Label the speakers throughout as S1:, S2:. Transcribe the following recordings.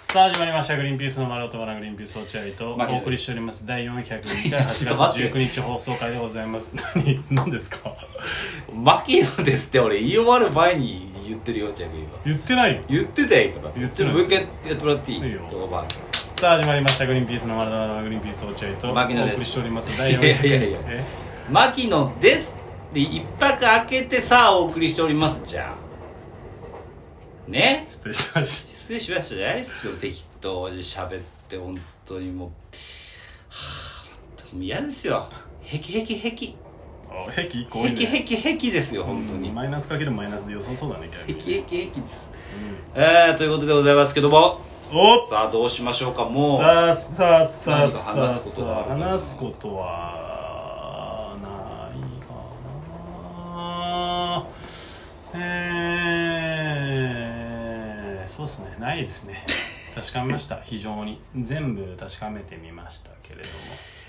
S1: さあ始まりました「グリーンピースの丸太原グリーンピース落合」と
S2: 牧
S1: お
S2: 野です
S1: 送りしております第402回8
S2: ち
S1: 月
S2: ょっと待って
S1: 19日放送回でございます何何ですか
S2: 牧野ですって俺言い終わる前に言ってるよちゃんが今
S1: 言ってないよ
S2: 言ってたよ今
S1: 言ってない
S2: ちょっともう一回やってもらっていい
S1: いいよ
S2: ちょっと待って
S1: さあ始まりました「グリーンピースの丸太原グリーンピース落合」とお
S2: 牧野です
S1: 送りしております第
S2: いやいやいや
S1: 402回
S2: 牧野ですで一泊開けてさあお送りしておりますじゃあね
S1: 失礼しまし
S2: 失礼しましたじゃないっすよ適当に喋って本当にもうはあもう嫌ですよへきへきへき
S1: たあ壁1個多い
S2: へ
S1: ね
S2: きへきへきですよ本当に
S1: マイナスかけるマイナスで良さそうだね逆
S2: へ
S1: に
S2: きへきへきですえーということでございますけども
S1: おっ
S2: さあどうしましょうかもう
S1: さあさあさあ
S2: 何か
S1: さあ
S2: 話すこと
S1: さ
S2: は
S1: あ話すことはないかなえー、そうですねないですね確かめました非常に全部確かめてみましたけれど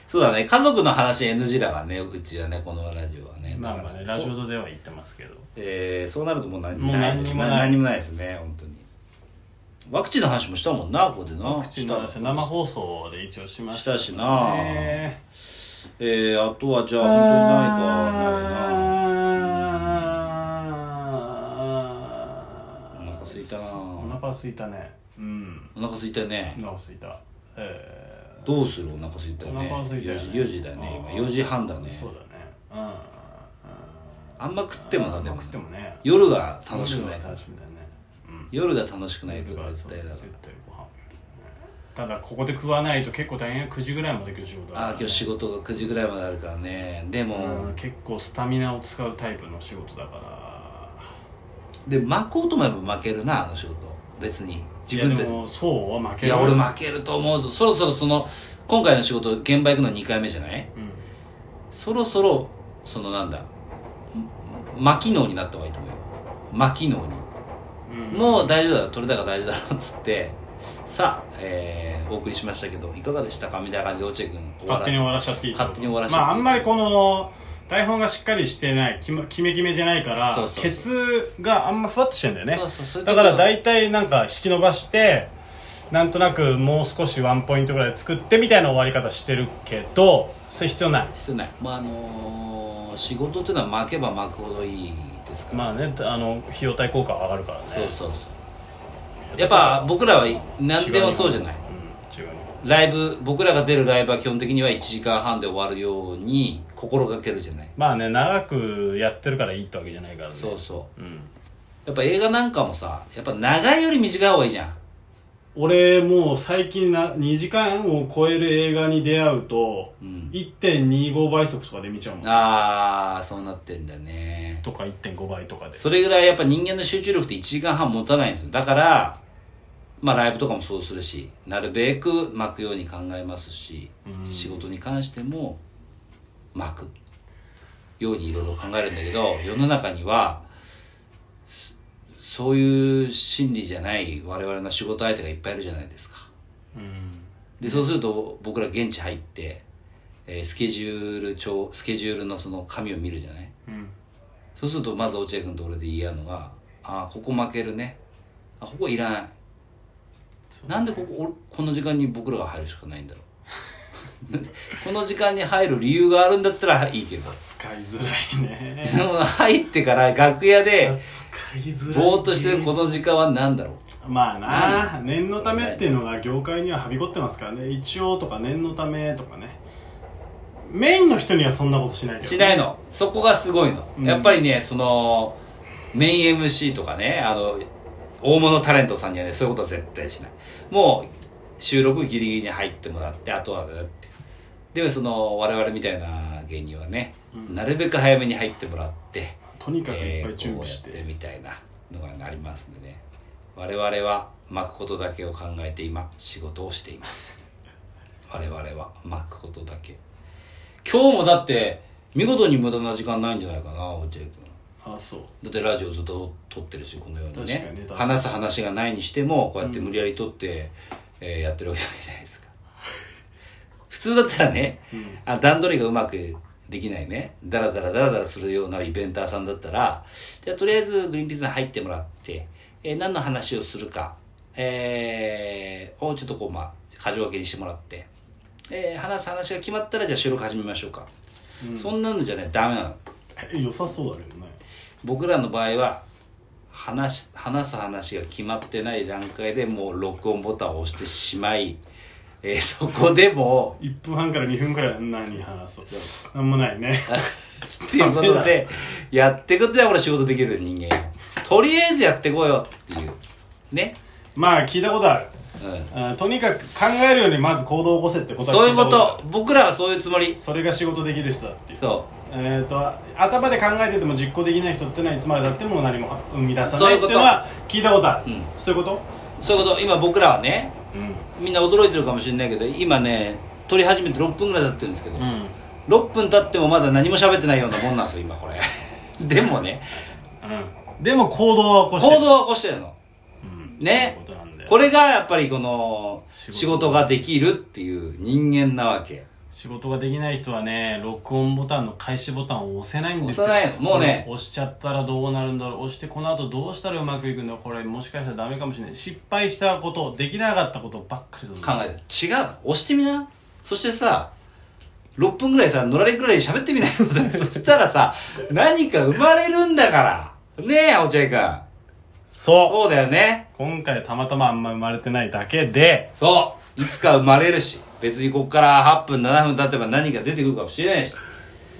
S2: そうだね、家族の話 NG だからね、うちはね、このラジオはね。
S1: もまあまあね
S2: だか
S1: ラ
S2: ら
S1: ジ
S2: そう
S1: オでは言ってますけど
S2: えー、そうなるともう何
S1: もう何にもない
S2: 何にもないですね、本当に。ワクチンの話もしたもんな、ここでな。ワ
S1: 口に出して生放送で一応しました
S2: したしな
S1: ね
S2: えー、あとはじゃあ、
S1: 本当にないかないな
S2: 本当にないか、ないな。お腹すいたな
S1: お腹空いたねうん
S2: お腹すいた
S1: お
S2: ね。
S1: 腹空いたえ
S2: どうするお腹すいたよね。
S1: お腹すいたよね
S2: 4, 時4時だね、今。4時半だね
S1: ー。そうだねうんうん
S2: あんま食ってもなんでも
S1: 食ってもね
S2: 夜が楽しくない
S1: 夜が。楽しみだよねうん
S2: 夜が楽しくないと
S1: 夜が
S2: 絶対だから
S1: 絶。対ご飯ただここで食わないと結構大変9時ぐらいまで今日仕事
S2: ああ、今日仕
S1: 事
S2: 事が9時ぐらいまであるからね。でも、
S1: 結構スタミナを使うタイプの仕事だから
S2: で巻こうと思えば負けるなあの仕事別に自
S1: い
S2: 分
S1: や
S2: た
S1: で
S2: ちい
S1: もそうは負け
S2: や
S1: る
S2: 俺負けると思うぞそろそろその今回の仕事現場行くの2回目じゃな
S1: う
S2: い
S1: ん
S2: そろそろそのなんだんん巻機能になった方がいいと思うよ巻機能
S1: うん
S2: にもう大丈夫だろ取れたから大丈夫だろっつってさあ、えー、お送りしましたけどいかがでしたかみたいな感じで落合君終
S1: 勝
S2: わら
S1: 手
S2: せ
S1: に終わらしちゃっていい
S2: 勝手に終わらしちゃっていい
S1: まああんまりこの台本がしっかりしてないきま決め決めじゃないから
S2: そうそうそう
S1: ケツがあんまふわっとしてんだよね
S2: そうそうそういうと
S1: だ
S2: ころ
S1: から大体なんか引き伸ばしてなんとなくもう少しワンポイントぐらい作ってみたいな終わり方してるけどそれ必要ない
S2: 必要ないまああのー仕事っていうのは巻けば巻くほどいいですから
S1: まあねあの費用対効果は上がるからね
S2: そうそうそうやっぱ僕らは何でもそうじゃない
S1: うん違うね
S2: ライブ僕らが出るライブは基本的には1時間半で終わるように心がけるじゃない
S1: まあね長くやってるからいいってわけじゃないからね
S2: そうそう
S1: うん
S2: やっぱ映画なんかもさやっぱ長いより短い方がいいじゃん
S1: 俺もう最近な2時間を超える映画に出会うと、
S2: ん
S1: 1.25倍速とかで見ちゃうもん
S2: ああそうなってんだね
S1: とか1.5倍とかで
S2: それぐらいやっぱ人間の集中力って1時間半持たないんですよだからまあライブとかもそうするしなるべく巻くように考えますし、仕事に関しても巻くようにいろいろ考えるんだけど世の中にはそそういう心理じゃない我々の仕事相手がいっぱいいるじゃないですか
S1: うん
S2: でそうすると僕ら現地入って、えースケジュール帳スケジュールのその紙を見るじゃない
S1: うん
S2: そうするとまず落合君と俺で言い合うのが「ああここ負けるねあここいらない
S1: そ
S2: なんでここおこの時間に僕らが入るしかないんだろう この時間に入る理由があるんだったらいいけど
S1: 使いづらいね
S2: その入ってから楽屋で
S1: 使いづらいね
S2: ぼーっとしてるこの時間は何だろう
S1: まあな、念のためっていうのが業界にははびこってますからね一応とか念のためとかねメインの人にはそんなことしないけど
S2: しないのそこがすごいの、
S1: うん
S2: やっぱりねそのメイン MC とかねあの大物タレントさんにはねそういうことは絶対しないもう収録ギリギリに入ってもらってあとはだってでその我々みたいな芸人はね、なるべく早めに入ってもらって
S1: とにかくい
S2: え
S1: っぱ
S2: ー
S1: い準備
S2: こうやっ
S1: して、
S2: てみたいなのがありますんでね我々は巻くことだけを考えて今仕事をしています我々は巻くことだけ今日もだって見事に無駄な時間ないんじゃないかな落合君
S1: あそう
S2: だってラジオずっと撮ってるしこのように
S1: 確か
S2: ね
S1: にね
S2: 話す話がないにしてもこうやって無理やり撮って、えーやってるわけじゃないですか 普通だったらね、あ段取りがうまくできないねダラダラダラダラするようなイベンターさんだったらじゃあとりあえずグリーンピースに入ってもらって、えー何の話をするかえーをちょっとこうまあ箇条書きにしてもらって、えー話す話が決まったらじゃあ収録始めましょうか、そんなのじゃねダメなの
S1: え良さそうだけどね
S2: 僕らの場合は話し話す話が決まってない段階でもう録音ボタンを押してしまい、えー そこでも
S1: 1分半から2分くらい何話そうなんもないね
S2: っていうことでやっていくってのはこれ仕事できる人間よとりあえずやってこうよっていうね、
S1: まあ聞いたことある
S2: うん、
S1: あとにかく考えるよりまず行動を起こせってことは
S2: そういうこ
S1: 聞たあ
S2: と
S1: る
S2: 僕らはそういうつもり
S1: それが仕事できる人だっていう
S2: そ
S1: えー、と頭で考えてても実行できない人ってのはいつまでたっても何も生み出さ
S2: そう
S1: ないいうっ
S2: こ
S1: て
S2: と
S1: いうのは聞いたことある、
S2: うん
S1: そういうこと
S2: うそういうこと今僕らはね
S1: う
S2: みんな驚いてるかもしれないけど今ね撮り始めて6分ぐらい経ってるんですけど、
S1: ん、うん
S2: 6分経ってもまだ何も喋ってないようなもんなんですよ今これ でもね
S1: でも行動は起こして
S2: 行
S1: る
S2: 動は起こしてるの
S1: うんそうい
S2: ね
S1: うことなんだよ
S2: これがやっぱりこの
S1: 仕事
S2: 仕事ができるっていう人間なわけ
S1: 仕事ができない人はね録音ボタンの開始ボタンを押せないんですよ
S2: 押さないのもうね
S1: 押しちゃったらどうなるんだろう押してこの後どうしたらうまくいくんだろうこれもしかしたらダメかもしれない失敗したことできなかったことばっかりだぞ
S2: 考えて違う押してみなそしてさ6分ぐらいさ乗られぐらい喋ってみな いよそしたらさ何か生まれるんだからねえ落合君
S1: そう
S2: そうだよね
S1: 今回たまたまあんま生まれてないだけで
S2: そういつか生まれるし別にこっから8分7分経てば何か出てくるかもしれないし
S1: そ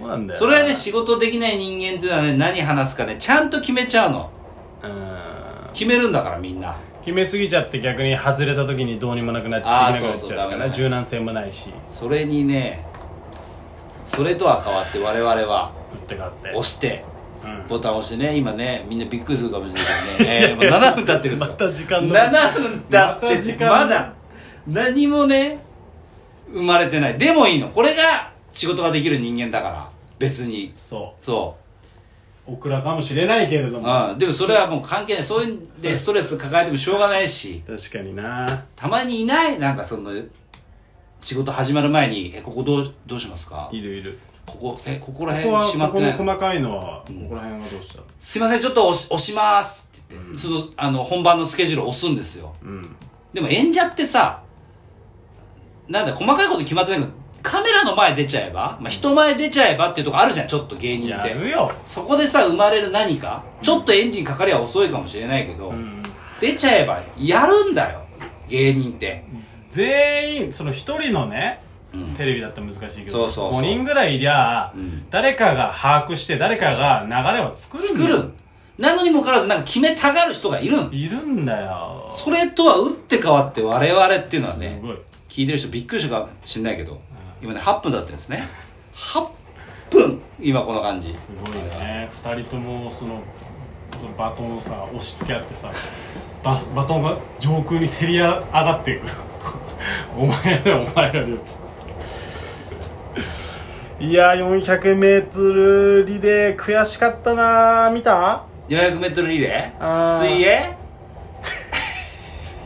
S1: うなんだよな
S2: それはね仕事できない人間っていうのはね何話すかねちゃんと決めちゃうの
S1: うん
S2: 決めるんだからみんな
S1: 決めすぎちゃって逆に外れた時にどうにもなくなって
S2: あー
S1: できなくなっちゃう
S2: そうそう
S1: か
S2: ダメ
S1: ら
S2: だ
S1: 柔軟性もないし
S2: それにねそれとは変わって我々は
S1: 打って変わって
S2: 押して
S1: うん
S2: ボタンを押してね今ねみんなびっくりするかもしれないけどね、えー、もう7分経ってるんです
S1: ま
S2: よ
S1: た時間だ
S2: 7分経ってて
S1: また時間だ
S2: まだ何もね生まれてないでもいいのこれが仕事ができる人間だから別に
S1: そ
S2: そう
S1: オクラかもしれないけれども
S2: ああでもそれはもう関係ないそういうんでストレス抱えてもしょうがないし
S1: 確かにな
S2: たまにいないなんかその仕事始まる前に「えここどうどうしますか
S1: いるいる
S2: ここえここら
S1: ここ
S2: 辺
S1: は
S2: 閉まっ
S1: こ
S2: て
S1: この
S2: ない
S1: 細かいのはここら辺はどうした
S2: すいませんちょっと押し押します」って言って、そのあの本番のスケジュールを押すんですよ
S1: うん
S2: でも演者ってさなんだ細かいこと決まってないけどカメラの前出ちゃえば、まあ、人前出ちゃえばっていうとこあるじゃんちょっと芸人っ
S1: や
S2: て
S1: るよ
S2: そこでさ生まれる何かちょっとエンジンかかりゃ遅いかもしれないけど、
S1: うん
S2: 出ちゃえばやるんだよ芸人って
S1: 全員その一人のねテレビだったら難しいけ
S2: そ
S1: ど
S2: うそうそう
S1: 5人ぐらいいりゃあ
S2: ん
S1: 誰かが把握して誰かが流れを作るん
S2: 作
S1: だよ
S2: るなのにもかかわらずなんか決めたがる人がいるん
S1: いるんだよ
S2: それとは打って変わって我々っていうのは
S1: す
S2: ね
S1: ごい
S2: 聞いてる人びっくりしたかもしんないけど、今ね8分だったんですね8分今この感じ
S1: すごいね2人ともそのバトンをさ押し付け合ってさ ババトンが上空にせり上がっていく お前らお前らよつっていや 400m リレー悔しかったな見た
S2: 400m リレ
S1: あ
S2: ー
S1: ー
S2: 水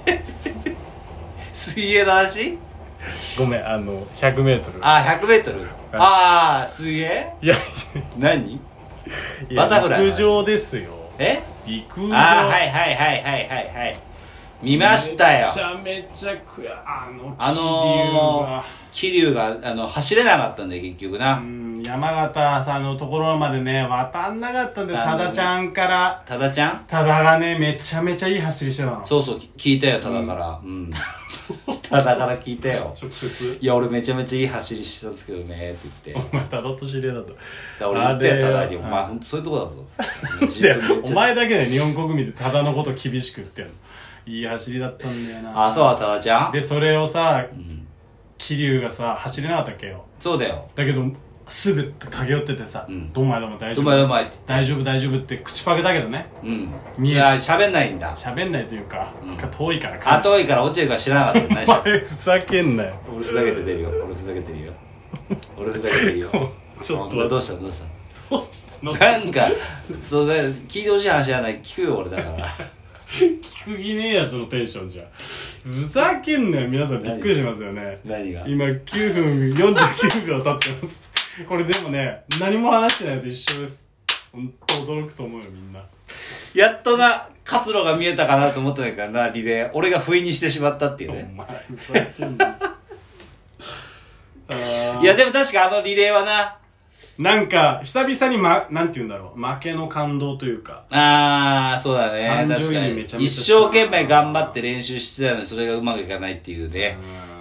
S2: 泳水泳の話
S1: ごめんあの 100m
S2: あー 100m ああ水泳
S1: いや
S2: 何
S1: いや
S2: バタフライの話
S1: 陸上ですよ
S2: え
S1: 陸上
S2: ああはいはいはいはいはいはい見ましたよ
S1: めちゃめちゃ悔あの
S2: あのー、桐生があの走れなかったんで結局な、
S1: うん山形さんのところまでね渡んなかったんで
S2: あ
S1: 多
S2: の
S1: 田ちゃんから
S2: 多田ちゃん
S1: 多田がねめちゃめちゃいい走りしてたの
S2: そうそうき聞いたよ多田からうん 多田から聞いたよ
S1: 直接
S2: いや俺めちゃめちゃいい走りしてたんですけどねって言ってだか
S1: お前多田と知り合いだと
S2: ら俺言ったよ
S1: あれ
S2: 多田に「お前ほんとそういうとこだぞ」自
S1: で
S2: 分で言っ
S1: お
S2: ちゃっ
S1: 前だけで日本国民で多田のこと厳しく言ってんのいい走りだったんだよ
S2: た
S1: な
S2: あそう多田ちゃん
S1: でそれをさ桐生がさ走れなかったっけよ
S2: そうだよ
S1: だけどすぐ駆け寄っててさ「
S2: ん
S1: どうもやどうも大
S2: う
S1: 丈
S2: まいう
S1: 夫
S2: まいって
S1: 大丈夫大丈夫」って口パクだけどね
S2: うん
S1: 見
S2: い
S1: え
S2: や喋んないんだ
S1: 喋んないというか遠いからか
S2: 後いから落ちるから知らなかった何し
S1: お前ふざけんなよ
S2: 俺ふざけて出るよ俺ふざけてるよ俺ふざけてるよ
S1: ちょっと
S2: どうしたどうした
S1: の
S2: なんか、そうだよ聞いてほしい話じゃない、聞くよ、俺だから。
S1: 聞く気ねえやつのテンションじゃふざけんなよ皆さんびっくりしますよね
S2: 何が
S1: 今9分49秒経ってますこれでもね何も話してないのと一緒です本当驚くと思うよみんな
S2: やっとな、活路が見えたかなと思ったんだけどな、リレー。俺が不意にしてしまったっていう
S1: お
S2: ね。
S1: 前ふざけんな あー
S2: いや、でも確かあのリレーはな、
S1: なんか久々に、ま、なんて言うんだろう負けの感動というか
S2: あー、そうだね。
S1: 感情
S2: 確
S1: 移
S2: か
S1: 入
S2: に
S1: めちゃ。めちゃ
S2: 一生懸命頑張って練習してたのに、それがうまくいかないっていうね。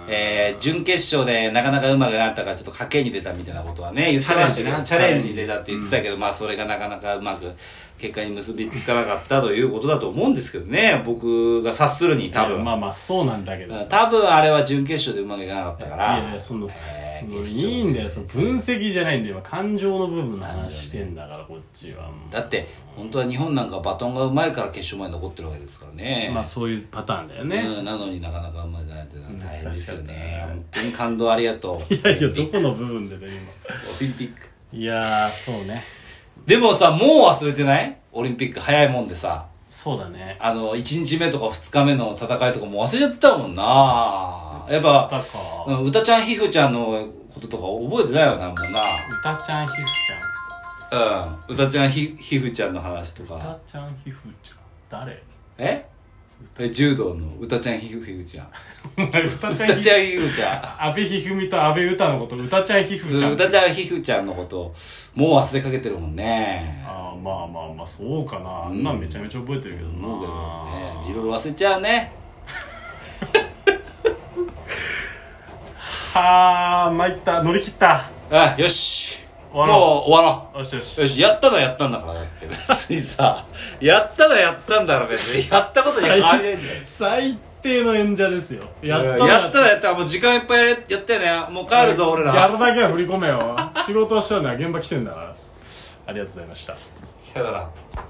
S2: えー、準決勝でなかなかうまくいかなかったから、ちょっと賭けに出たみたいなことはね、言ってましたよね。チ
S1: チ
S2: ャ
S1: ャ
S2: レ
S1: レ
S2: ン
S1: ン
S2: ジ
S1: ジ
S2: に
S1: ね
S2: 出たって言ってたけど、まあ、それがなかなかうまく、結果に結びつかなかったということだと思うんですけどね。僕が察する
S1: い
S2: に、多
S1: や
S2: 分。
S1: まあまあそうなんだけどさ
S2: 多分あれは準決勝でうまくいかなかったか
S1: い
S2: ら。
S1: やいやその,、
S2: えー
S1: そ
S2: 決
S1: の
S2: 勝
S1: いいんだよその分析じゃないんだよ今感情の部分の話してんだからこっちはもう
S2: だって、本当は日本なんかバトンがうまいから決勝まで残ってるわけですからね。
S1: まあそういうパターンだよね、
S2: うん、なのになかなかうまくいかないっていうのは大変ですよね。
S1: 難
S2: 本当に感動ありがとう。
S1: いやいやどこの部分でね
S2: オリンピック。
S1: 今いやーそうね
S2: でもさ、もう忘れてないオリンピック早いもんでさ、
S1: そうだね
S2: あの、1日目とか2日目の戦いとかもう忘れちゃってたもんなやっぱ、
S1: 歌か
S2: うん、歌ちゃん、ひふちゃんのこととか覚えてないよな、もう
S1: 歌ちゃんひふ
S2: な。うん。歌ちゃん、ひ、ひふちゃんの話と
S1: ちゃん
S2: か。
S1: 歌ちゃんひふちゃん誰
S2: ええ柔道の歌ちゃん、ひふ、ひふちゃん。
S1: お前歌ちゃん
S2: 歌
S1: ひ
S2: ちゃん、ひふちゃん。
S1: 阿部一二三と阿部歌のこと歌ちゃんひふちゃん
S2: 歌ちゃん、ひふちゃんのこと、もう忘れかけてるもんね。
S1: あーまあまあまあそうかなあんなんめちゃめちゃ覚えてるけどな、
S2: 思うけどねいろいろ忘れちゃうね
S1: はあ参った乗り切った
S2: あよし
S1: 終わろう
S2: もう終わろ
S1: よしよし
S2: うよしやったらやったんだからだって別にさやったらやったんだから別にやったことには変わりないんだよ
S1: 最低の演者ですよやった
S2: うんやったらやったらもう時間いっぱいやれやったよねもう帰るぞ俺ら
S1: やるだけは振り込めよ仕事をしたのは現場来てんだからありがとうございました
S2: さよなら